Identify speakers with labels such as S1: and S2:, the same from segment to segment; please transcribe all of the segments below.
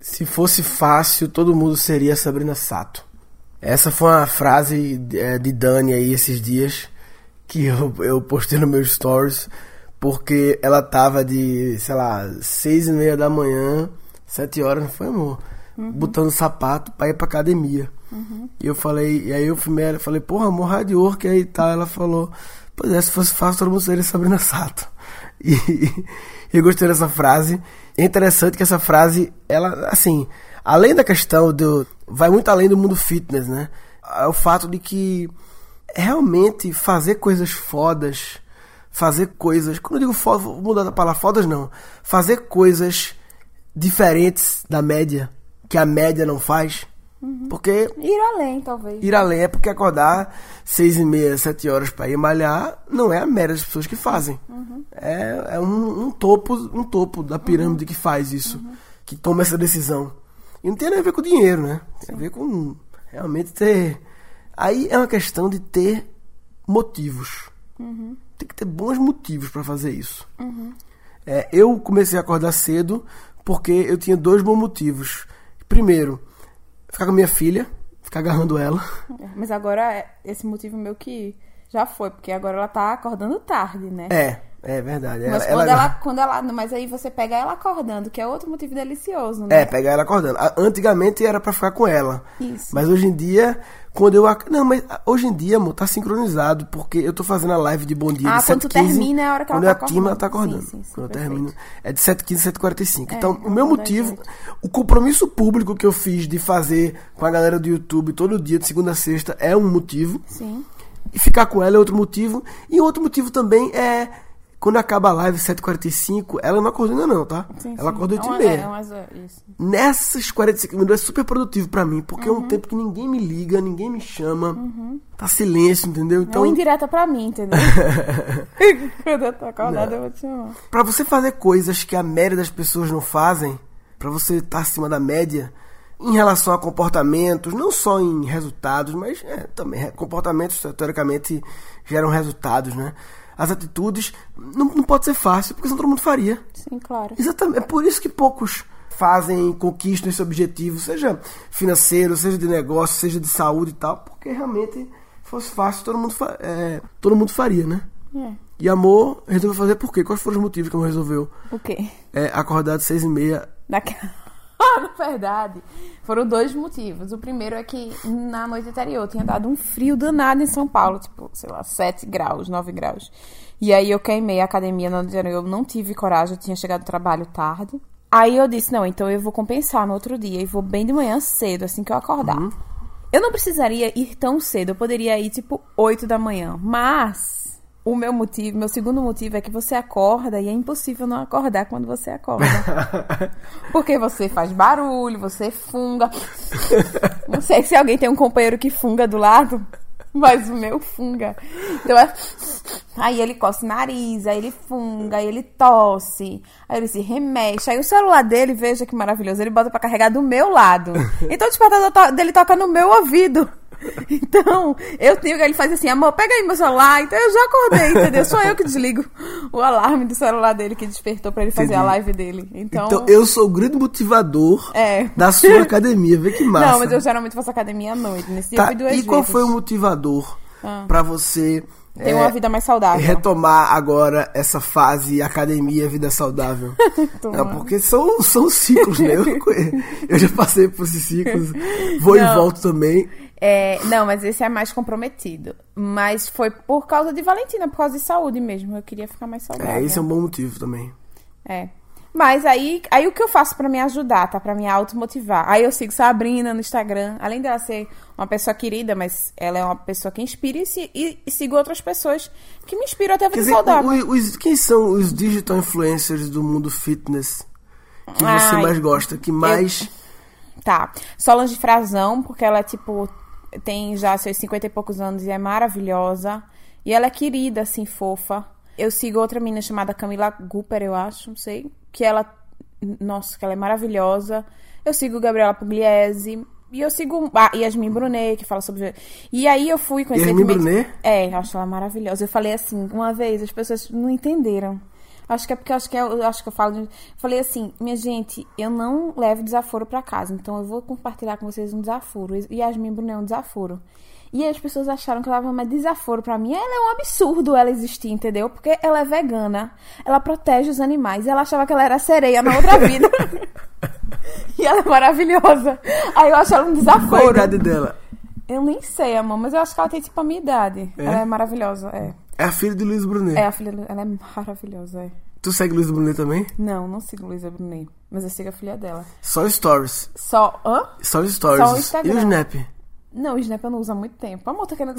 S1: Se fosse fácil, todo mundo seria Sabrina Sato. Essa foi uma frase é, de Dani aí esses dias que eu, eu postei no meus stories porque ela tava de, sei lá, seis e meia da manhã, sete horas, não foi amor? Uhum. Botando sapato pra ir pra academia. Uhum. E eu falei, e aí eu fui ela falei, porra, amor, hard work aí tá. Ela falou, pois é, se fosse fácil, todo mundo seria Sabrina Sato. E eu gostei dessa frase. É interessante que essa frase, ela, assim, além da questão do. vai muito além do mundo fitness, né? É o fato de que realmente fazer coisas fodas, fazer coisas. Quando eu digo foda, vou mudar a palavra fodas, não. Fazer coisas diferentes da média, que a média não faz. Uhum. Porque.
S2: Ir além, talvez.
S1: Ir além é porque acordar seis e meia, sete horas para ir malhar não é a média das pessoas que fazem. Uhum. É, é um, um, topo um topo da pirâmide uhum. que faz isso, que toma essa decisão. E não tem nada a ver com dinheiro, né? Tem Sim. a ver com realmente ter. Aí é uma questão de ter motivos. Tem que ter bons motivos para fazer isso. É, eu comecei a acordar cedo porque eu tinha dois bons motivos. Primeiro, ficar com minha filha, ficar agarrando ela.
S2: É, Mas agora esse motivo meu que já foi, porque agora ela tá acordando tarde, né?
S1: É, é verdade.
S2: Mas ela, quando, ela... ela... quando ela. Mas aí você pega ela acordando, que é outro motivo delicioso, né?
S1: É, pegar ela acordando. Antigamente era para ficar com ela. Isso. Mas hoje em dia, quando eu. Não, mas ah, hoje em dia, amor, tá sincronizado, porque eu tô fazendo a live de bom dia.
S2: Ah,
S1: de
S2: quando 7, 15, termina é a hora que ela
S1: quando
S2: tá
S1: acordando. Quando eu ela tá acordando. Sim, sim, sim, quando perfeito. eu termino. É de 7h15, 7h45. É, então, o meu motivo, o compromisso público que eu fiz de fazer com a galera do YouTube todo dia, de segunda a sexta, é um motivo.
S2: Sim.
S1: E ficar com ela é outro motivo. E outro motivo também é quando acaba a live 7h45, ela não acordou ainda não, tá? Sim, ela acordou 8 h é, umas, é isso. Nessas 45 minutos é super produtivo para mim, porque uhum. é um tempo que ninguém me liga, ninguém me chama. Uhum. Tá silêncio, entendeu? Então...
S2: É indireta pra mim, entendeu? Quando eu tô acordada, não. eu vou te chamar.
S1: Pra você fazer coisas que a média das pessoas não fazem, para você estar tá acima da média, em relação a comportamentos, não só em resultados, mas é, também comportamentos teoricamente geram resultados, né? As atitudes não, não pode ser fácil, porque senão todo mundo faria.
S2: Sim, claro.
S1: Exatamente. É por isso que poucos fazem, conquistam esse objetivo, seja financeiro, seja de negócio, seja de saúde e tal, porque realmente fosse fácil todo mundo, é, todo mundo faria, né?
S2: É.
S1: E amor resolveu fazer por quê? Quais foram os motivos que amor resolveu?
S2: O quê?
S1: É, acordar de seis e meia.
S2: Da na verdade, foram dois motivos. O primeiro é que na noite anterior tinha dado um frio danado em São Paulo, tipo, sei lá, 7 graus, 9 graus. E aí eu queimei a academia na noite anterior, eu não tive coragem, eu tinha chegado do trabalho tarde. Aí eu disse, não, então eu vou compensar no outro dia e vou bem de manhã cedo, assim que eu acordar. Uhum. Eu não precisaria ir tão cedo, eu poderia ir tipo 8 da manhã, mas o meu motivo, meu segundo motivo é que você acorda e é impossível não acordar quando você acorda. Porque você faz barulho, você funga. Não sei se alguém tem um companheiro que funga do lado, mas o meu funga. Então é... Aí ele coça o nariz, aí ele funga, aí ele tosse, aí ele se remexe. Aí o celular dele, veja que maravilhoso, ele bota para carregar do meu lado. Então o despertador dele toca no meu ouvido. Então, eu tenho. Ele faz assim, amor, pega aí meu celular. Então eu já acordei, entendeu? Sou eu que desligo o alarme do celular dele que despertou para ele fazer Entendi. a live dele. Então, então,
S1: eu sou o grande motivador é. da sua academia. Vê que massa.
S2: Não, mas eu geralmente faço academia à noite. Nesse tá, dia eu duas
S1: E
S2: vezes.
S1: qual foi o motivador ah. para você.
S2: Ter é, uma vida mais saudável.
S1: Retomar agora essa fase academia, vida saudável. Não, porque são, são ciclos, né? Eu, eu já passei por esses ciclos. Vou Não. e volto também.
S2: É, não, mas esse é mais comprometido. Mas foi por causa de Valentina, por causa de saúde mesmo. Eu queria ficar mais saudável.
S1: É, esse é um bom motivo também.
S2: É. Mas aí, aí o que eu faço para me ajudar, tá? Para me automotivar. Aí eu sigo Sabrina no Instagram. Além dela ser uma pessoa querida, mas ela é uma pessoa que inspira e, se, e, e sigo outras pessoas que me inspiram até a vida dizer, saudável.
S1: Os, quem são os digital influencers do mundo fitness que Ai, você mais gosta? Que mais.
S2: Eu... Tá. Solange Frazão, porque ela é tipo tem já seus 50 e poucos anos e é maravilhosa. E ela é querida, assim, fofa. Eu sigo outra menina chamada Camila Cooper, eu acho, não sei. Que ela. Nossa, que ela é maravilhosa. Eu sigo Gabriela Pugliese. E eu sigo ah, Yasmin Brunet, que fala sobre. E aí eu fui
S1: conhecer. Yasmin Brunet?
S2: É, eu acho ela maravilhosa. Eu falei assim, uma vez, as pessoas não entenderam. Acho que é porque acho que eu, acho que eu falo. de- Falei assim, minha gente, eu não levo desaforo pra casa, então eu vou compartilhar com vocês um desaforo. E Yasmin Brunet é um desaforo. E aí as pessoas acharam que ela levava mais desaforo pra mim. Ela é um absurdo ela existir, entendeu? Porque ela é vegana, ela protege os animais. E ela achava que ela era sereia na outra vida. e ela é maravilhosa. Aí eu acho ela um
S1: Qual a
S2: desaforo.
S1: idade dela?
S2: Eu nem sei, amor, mas eu acho que ela tem tipo a minha idade.
S1: É?
S2: Ela é maravilhosa, é.
S1: É a filha de Luiz Brunet.
S2: É, a filha, ela é maravilhosa, é.
S1: Tu segue Luiz Brunet também?
S2: Não, não sigo Luísa Brunet, mas eu sigo a filha dela.
S1: Só stories.
S2: Só, hã?
S1: Só os stories.
S2: Só o
S1: e
S2: Instagram.
S1: o Snap.
S2: Não, o Snap eu não uso há muito tempo. Amor, tô querendo...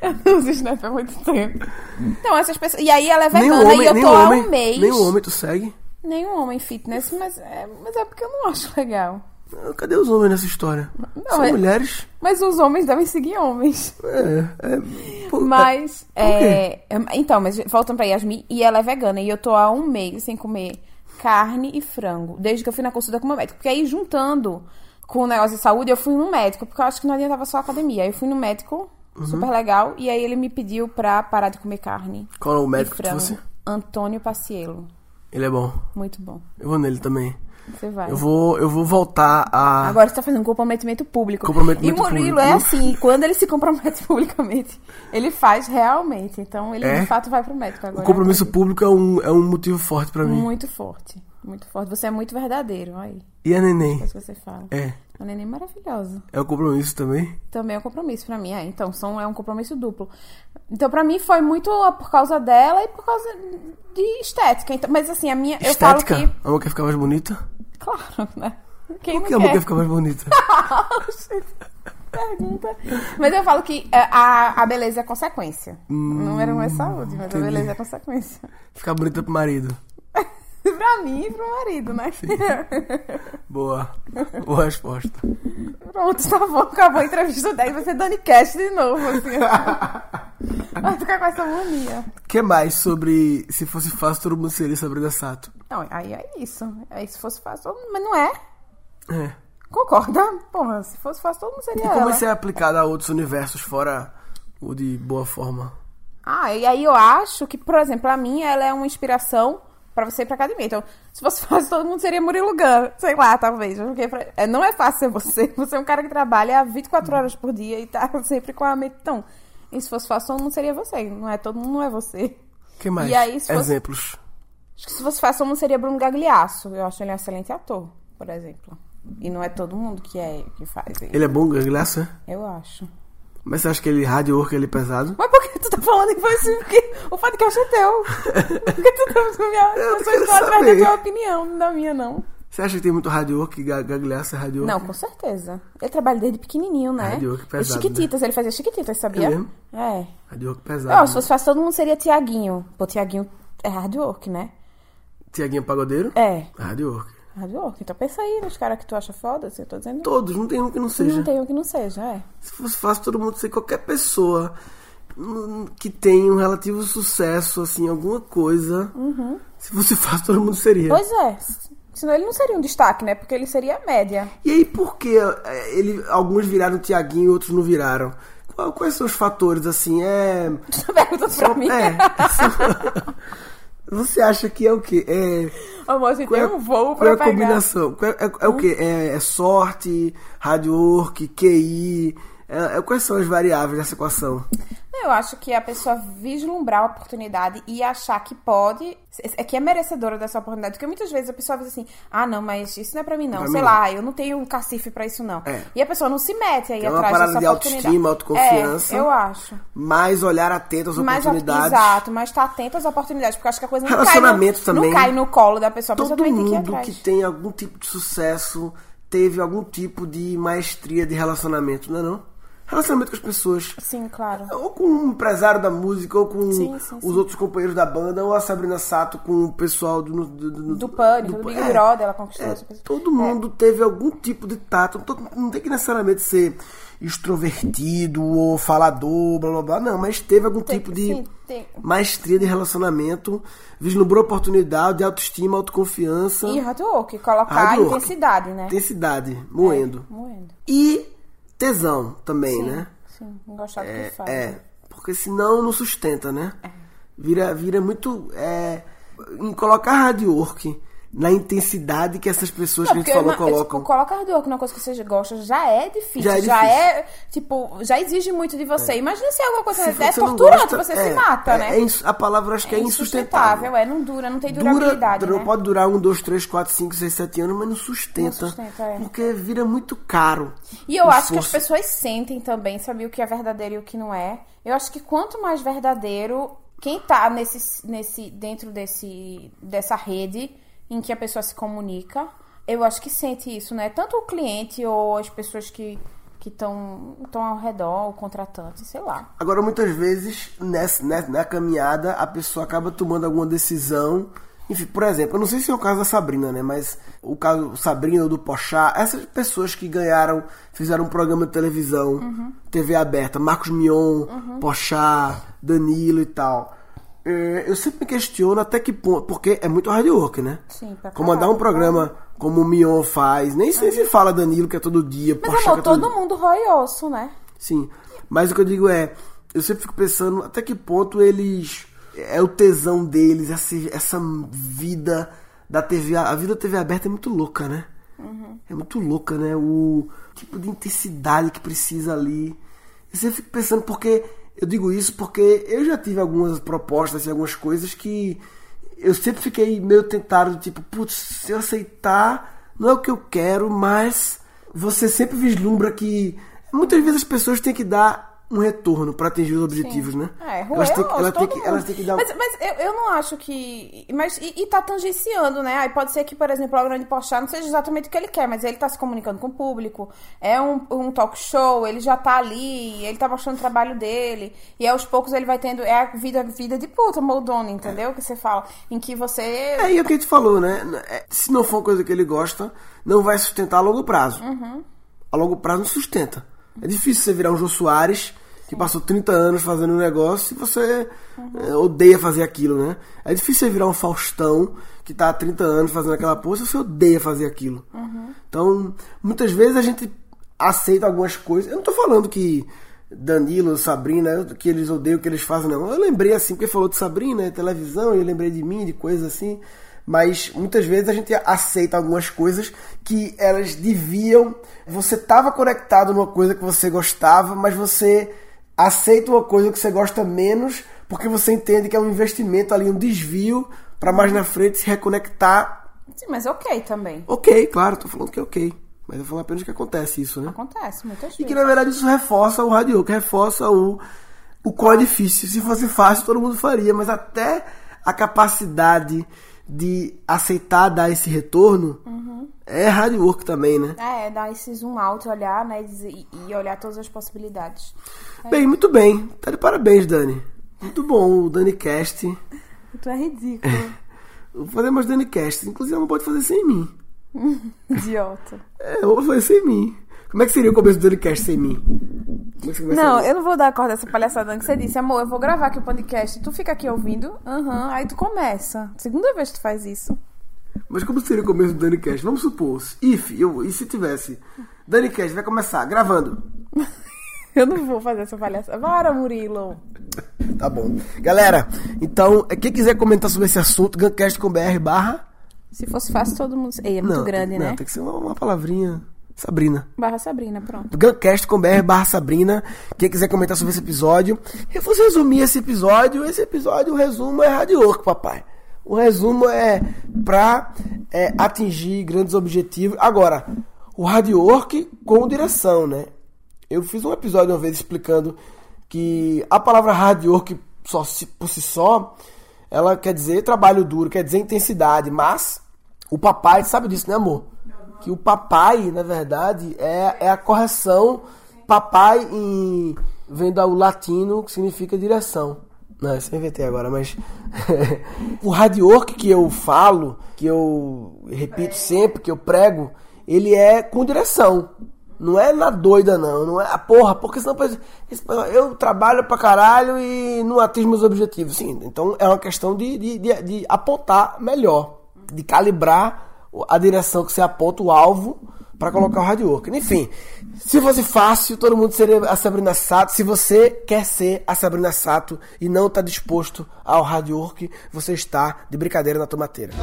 S2: eu não uso o Snap há muito tempo. Então, essas pessoas... E aí ela é
S1: nem
S2: vegana
S1: o homem,
S2: e eu
S1: nem
S2: tô
S1: o
S2: há
S1: homem,
S2: um mês.
S1: Nem o homem tu segue.
S2: Nenhum homem fitness, mas é, mas é porque eu não acho legal.
S1: Ah, Cadê os homens nessa história?
S2: Não,
S1: São
S2: é-
S1: mulheres.
S2: Mas os homens devem seguir homens.
S1: É, é. pô,
S2: Mas, é, então, mas voltando pra Yasmin, e ela é vegana, e eu tô há um mês sem comer carne e frango, desde que eu fui na consulta com o meu médico. Porque aí, juntando com o negócio de saúde, eu fui num médico, porque eu acho que não adiantava só a academia. Aí eu fui no médico,
S1: Uhum.
S2: super legal, e aí ele me pediu pra parar de comer carne
S1: Qual é o
S2: e
S1: médico que tu
S2: frango.
S1: trouxe?
S2: Antônio Paciello.
S1: Ele é bom.
S2: Muito bom.
S1: Eu vou nele também.
S2: Você vai.
S1: Eu vou, eu vou voltar a.
S2: Agora você tá fazendo comprometimento público.
S1: Comprometimento
S2: e Murilo
S1: público.
S2: é assim, quando ele se compromete publicamente, ele faz realmente. Então ele
S1: É?
S2: de fato vai pro médico agora.
S1: o compromisso público é um, é um motivo forte pra mim.
S2: Muito forte. Muito forte. Você é muito verdadeiro, aí.
S1: E a neném?
S2: É isso que você fala.
S1: É.
S2: O neném maravilhoso.
S1: É o compromisso também?
S2: Também é um compromisso pra mim. É, então, são, é um compromisso duplo. Então, pra mim, foi muito por causa dela e por causa de estética. Então, mas assim, a minha.
S1: Estética?
S2: Eu falo
S1: A mão quer ficar mais bonita?
S2: que. Claro, né? Quem
S1: Por que a
S2: não
S1: mão
S2: quer? Ah,
S1: quer ficar mais bonita?
S2: Pergunta. Mas eu falo que é, a, a beleza é consequência. Número um é saúde,
S1: Hum,
S2: mas
S1: entendi.
S2: a beleza é consequência.
S1: ficar bonita pro marido.
S2: pra mim e pro marido, né?
S1: Boa. Boa resposta.
S2: Pronto, tá bom, acabou a entrevista 10, vai ser Dani Cash de novo, assim. Vai ficar com essa mania.
S1: O que mais sobre se fosse fácil todo mundo seria Sabrina Sato?
S2: Não, aí é isso. Aí se fosse fácil, todo mundo- mas não é.
S1: É.
S2: Concorda? Porra, se fosse fácil, todo mundo seria
S1: E como
S2: ela.
S1: isso é aplicado a outros universos fora o de boa forma?
S2: Ah, e aí eu acho que, por exemplo, pra mim ela é uma inspiração pra você ir pra academia. Então, se fosse fácil, todo mundo seria Murilo Gun. Sei lá, talvez. Porque pra- é, não é fácil ser você. Você é um cara que trabalha
S1: Uhum.
S2: 24 horas por dia e tá sempre com a mente. Então, e se fosse fácil, todo mundo seria você. Não é todo mundo, não é você.
S1: O que mais?
S2: E aí, se fosse-
S1: Exemplos.
S2: Acho que se fosse fácil, todo mundo seria Bruno Gagliasso. Eu acho ele um excelente ator, por exemplo. E não é todo mundo que, é, que faz isso.
S1: Ele é bom, Gagliasso? é?
S2: Eu acho.
S1: Mas você acha que ele hard work, ele é pesado?
S2: Mas por que tu tá falando em voz assim? Porque o podcast é teu. Por que tu tá com minha...
S1: Eu
S2: As pessoas
S1: quero
S2: estão atrás da
S1: saber.
S2: tua opinião, não da minha, não.
S1: Você acha que tem muito hard work e Ga- Gagliasso é hard work?
S2: Não, com certeza. Ele trabalha desde pequenininho, né?
S1: Rádio, que pesado,
S2: E chiquititas, ele fazia chiquititas, sabia?
S1: É mesmo? Tá
S2: É.
S1: Hard work pesado.
S2: Não, se fosse fácil, todo mundo seria Tiaguinho. Pô, Tiaguinho é hard work, né?
S1: Tiaguinho Pagodeiro?
S2: É,
S1: Hard work.
S2: hard work. Então pensa aí nos caras que tu acha foda, assim, eu tô dizendo.
S1: Todos, não tem um que não seja.
S2: Não tem um que não seja, é.
S1: Se fosse fácil, todo mundo ser qualquer pessoa hum, que tem um relativo sucesso, assim, alguma coisa.
S2: Uhum.
S1: Se fosse fácil, todo mundo seria.
S2: Pois é. Senão ele não seria um destaque, né? Porque ele seria a média.
S1: E aí, por que eh, ele, alguns viraram Tiaguinho outros não viraram? Qual- Quais são os fatores, assim? É.
S2: Tu tá perguntando pra mim.
S1: é. Você acha que é o quê? É.
S2: Amor, se tem
S1: é-
S2: um voo
S1: qual é
S2: pra
S1: a
S2: pegar.
S1: combinação? Qual é, é- é o quê? É, é sorte, hard work, QI? É- é- quais são as variáveis dessa equação?
S2: Eu acho que a pessoa vislumbrar a oportunidade e achar que pode, é que é merecedora dessa oportunidade. Porque muitas vezes a pessoa diz assim: ah, não, mas isso não é pra mim, não.
S1: Pra
S2: Sei
S1: mim
S2: lá, eu não tenho um cacife pra isso, não.
S1: É.
S2: E a pessoa não se mete aí
S1: É uma
S2: atrás
S1: parada
S2: dessa
S1: de
S2: oportunidade.
S1: autoestima, autoconfiança.
S2: É, eu acho.
S1: mais olhar atento às
S2: Mas,
S1: oportunidades.
S2: exato, mas tá atento às oportunidades, porque eu acho que a coisa não cai, no,
S1: Relacionamento também. né?
S2: não cai no colo da pessoa. A pessoa
S1: Todo
S2: também tem que ir
S1: mundo
S2: atrás.
S1: que tem algum tipo de sucesso teve algum tipo de maestria de relacionamento, não é não? Relacionamento com as pessoas.
S2: Sim, claro.
S1: Ou com um empresário da música, ou com um,
S2: Sim, sim,
S1: os
S2: sim.
S1: outros companheiros da banda, ou a Sabrina Sato com o pessoal do... Do, do,
S2: Do pânico, do,
S1: do-
S2: Big
S1: é.
S2: Brother, ela conquistou
S1: É,
S2: essa pessoa.
S1: todo mundo teve algum tipo de tato. Não tô- Não tem que necessariamente ser extrovertido ou falador, blá blá blá. Não, mas teve algum
S2: Tem-
S1: tipo de
S2: sim, tem.
S1: maestria de relacionamento, vislumbrou oportunidade, autoestima, autoconfiança,
S2: E né? hard work, colocar
S1: Hard work.
S2: intensidade, né?
S1: intensidade, moendo.
S2: Moendo.
S1: E tesão também, né?
S2: Sim, não gostar do que faz.
S1: É, porque senão não sustenta, né? Vira, vira muito. É, em colocar hard work na intensidade que essas pessoas
S2: Não,
S1: que a gente
S2: porque
S1: falou
S2: uma-
S1: colocam.
S2: Tipo, coloca hardware que é uma coisa que você gosta já é difícil.
S1: Já
S2: Já
S1: é
S2: é,
S1: difícil.
S2: tipo, já exige muito de você. Imagina se é alguma coisa é
S1: não
S2: torturante,
S1: gosta,
S2: você
S1: é,
S2: se mata,
S1: é-
S2: né?
S1: é ins- a palavra acho que é, insustentável.
S2: é, não dura, não tem
S1: Dura,
S2: durabilidade,
S1: dura-
S2: né?
S1: pode durar um, dois, três, quatro, cinco, seis, sete anos, mas não sustenta.
S2: Não sustenta, é.
S1: Porque vira muito caro.
S2: E eu
S1: o
S2: acho que as
S1: esforço.
S2: pessoas sentem também, sabe, o que é verdadeiro e o que não é. Eu acho que quanto mais verdadeiro, quem tá nesse, nesse, dentro desse, dessa rede em que a pessoa se comunica, eu acho que sente isso, né? Tanto o cliente ou as pessoas que estão tão ao redor, o contratante, sei lá.
S1: Agora, muitas vezes, nessa, né, na caminhada, a pessoa acaba tomando alguma decisão. Enfim, por exemplo, eu não sei se é o caso da Sabrina, né? Mas o caso Sabrina ou do Pochá, essas pessoas que ganharam, fizeram um programa de televisão,
S2: Uhum.
S1: TV aberta, Marcos Mion, Pochá, Danilo e tal. É, Eu sempre me questiono até que ponto, porque é muito hard work, né?
S2: Sim, pra
S1: Comandar
S2: caralho.
S1: um programa como o Mion faz, nem sei se fala Danilo, que é todo dia,
S2: Mas,
S1: Porchat,
S2: amor,
S1: que é todo
S2: todo mundo rói osso, né?
S1: Sim. Mas o que eu digo é, eu sempre fico pensando até que ponto eles. É o tesão deles, essa, essa vida da TV. A vida da TV aberta é muito louca, né? É muito louca, né? O tipo de intensidade que precisa ali. Eu sempre fico pensando, porque. Eu digo isso porque eu já tive algumas propostas e algumas coisas que eu sempre fiquei meio tentado, tipo, putz, se eu aceitar, não é o que eu quero, mas você sempre vislumbra que muitas vezes as pessoas têm que dar um retorno pra atingir os objetivos, né?
S2: É, ruim.
S1: elas têm, que-
S2: eu
S1: elas
S2: gosto,
S1: têm
S2: todo
S1: que,
S2: mundo.
S1: elas têm que dar
S2: Mas, mas eu, eu não acho que. Mas, e, e tá tangenciando, né? Aí pode ser que, por exemplo, o grande Porchat não seja exatamente o que ele quer, mas ele tá se comunicando com o público. É um, um talk show, ele já tá ali, ele tá mostrando o trabalho dele. E aos poucos ele vai tendo. É a vida, vida de puta, moldona, entendeu? Que você fala. Em que você.
S1: É, e é o que a gente falou, né? É, Se não for uma coisa que ele gosta, não vai sustentar a longo prazo. A longo prazo não sustenta. É difícil você virar um Jô Soares que passou 30 anos fazendo um negócio e você é, odeia fazer aquilo, né? É difícil você virar um Faustão que tá há 30 anos fazendo aquela porra e você odeia fazer aquilo. Então, muitas vezes a gente aceita algumas coisas. Eu não tô falando que Danilo, Sabrina, eu- que eles odeiam o que eles fazem, não. Eu lembrei assim, porque falou de Sabrina, é televisão, e eu lembrei de mim, de coisas assim. Mas muitas vezes a gente aceita algumas coisas que elas deviam. Você estava conectado numa coisa que você gostava, mas você aceita uma coisa que você gosta menos porque você entende que é um investimento ali, um desvio para mais na frente se reconectar.
S2: Sim, mas ok também.
S1: Ok, claro, tô falando que é ok. Mas eu falo apenas que acontece isso, né?
S2: Acontece muitas
S1: E
S2: vezes.
S1: que na verdade isso reforça o radio, que reforça o, o qual é difícil. Se fosse fácil, todo mundo faria, mas até a capacidade de aceitar dar esse retorno
S2: Uhum.
S1: é hard work também, né?
S2: É, dar esse zoom out, olhar, né? E, dizer- e olhar todas as possibilidades.
S1: Bem, muito bem. Tá de parabéns, Dani. Muito bom o Dani Cast.
S2: Tu é ridículo.
S1: Fazer mais Dani Cast. Inclusive, ela não pode fazer sem mim.
S2: Idiota.
S1: É, eu vou fazer sem mim. Como é que seria o começo do Dani Cast sem mim? Como é que você começa
S2: Não,
S1: isso?
S2: eu não vou dar a corda dessa palhaçada que você disse, amor, eu vou gravar aqui o podcast, tu fica aqui ouvindo, aham, aí tu começa. Segunda vez que tu faz isso.
S1: Mas como seria o começo do DaniCast? Vamos supor, se- if, eu, e se tivesse? DaniCast vai começar gravando.
S2: Eu não vou fazer essa palhaçada. Para, Murilo.
S1: Tá bom. Galera, então, eh, quem quiser comentar sobre esse assunto, gancast.br barra...
S2: Se fosse fácil, todo mundo. Ei, é muito
S1: Não,
S2: grande,
S1: não,
S2: né?
S1: tem que ser uma, uma palavrinha. Sabrina.
S2: Barra Sabrina, pronto.
S1: gancast.br barra Sabrina. Quem quiser comentar sobre esse episódio. Se eu fosse resumir esse episódio, esse episódio, o resumo é hard work, papai. O resumo é pra é, atingir grandes objetivos. Agora, o hard work com direção, né? Eu fiz um episódio uma vez explicando que a palavra hard work só, se- por si só, ela quer dizer trabalho duro, quer dizer intensidade, mas o papai sabe disso, né, amor? Que o papai, na verdade, é, é a correção. Papai, em, vem do latino, que significa direção. Não, isso eu inventei agora, mas. o hard work que eu falo, que eu repito sempre, que eu prego, ele é com direção. Não é na doida, não. Não é a porra, porque senão pois, esse- eu trabalho pra caralho e não atingo meus objetivos. Sim, então é uma questão de, de, de, de apontar melhor, de calibrar o- a direção que você aponta, o alvo, para colocar o hard work. Enfim, se fosse fácil, todo mundo seria a Sabrina Sato. Se você quer ser a Sabrina Sato e não está disposto ao hard work, você está de brincadeira na tomateira.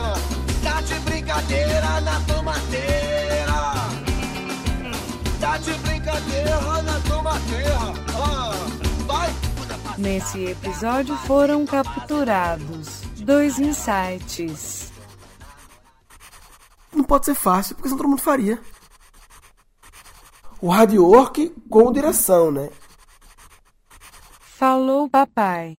S3: Tá de brincadeira na tomateira. Tá de brincadeira na tomateira. Ah, vai, puta pra-
S4: Nesse episódio foram capturados dois insights.
S1: Não pode ser fácil, porque senão todo mundo faria. O hard work com direção, né?
S4: Falou, papai.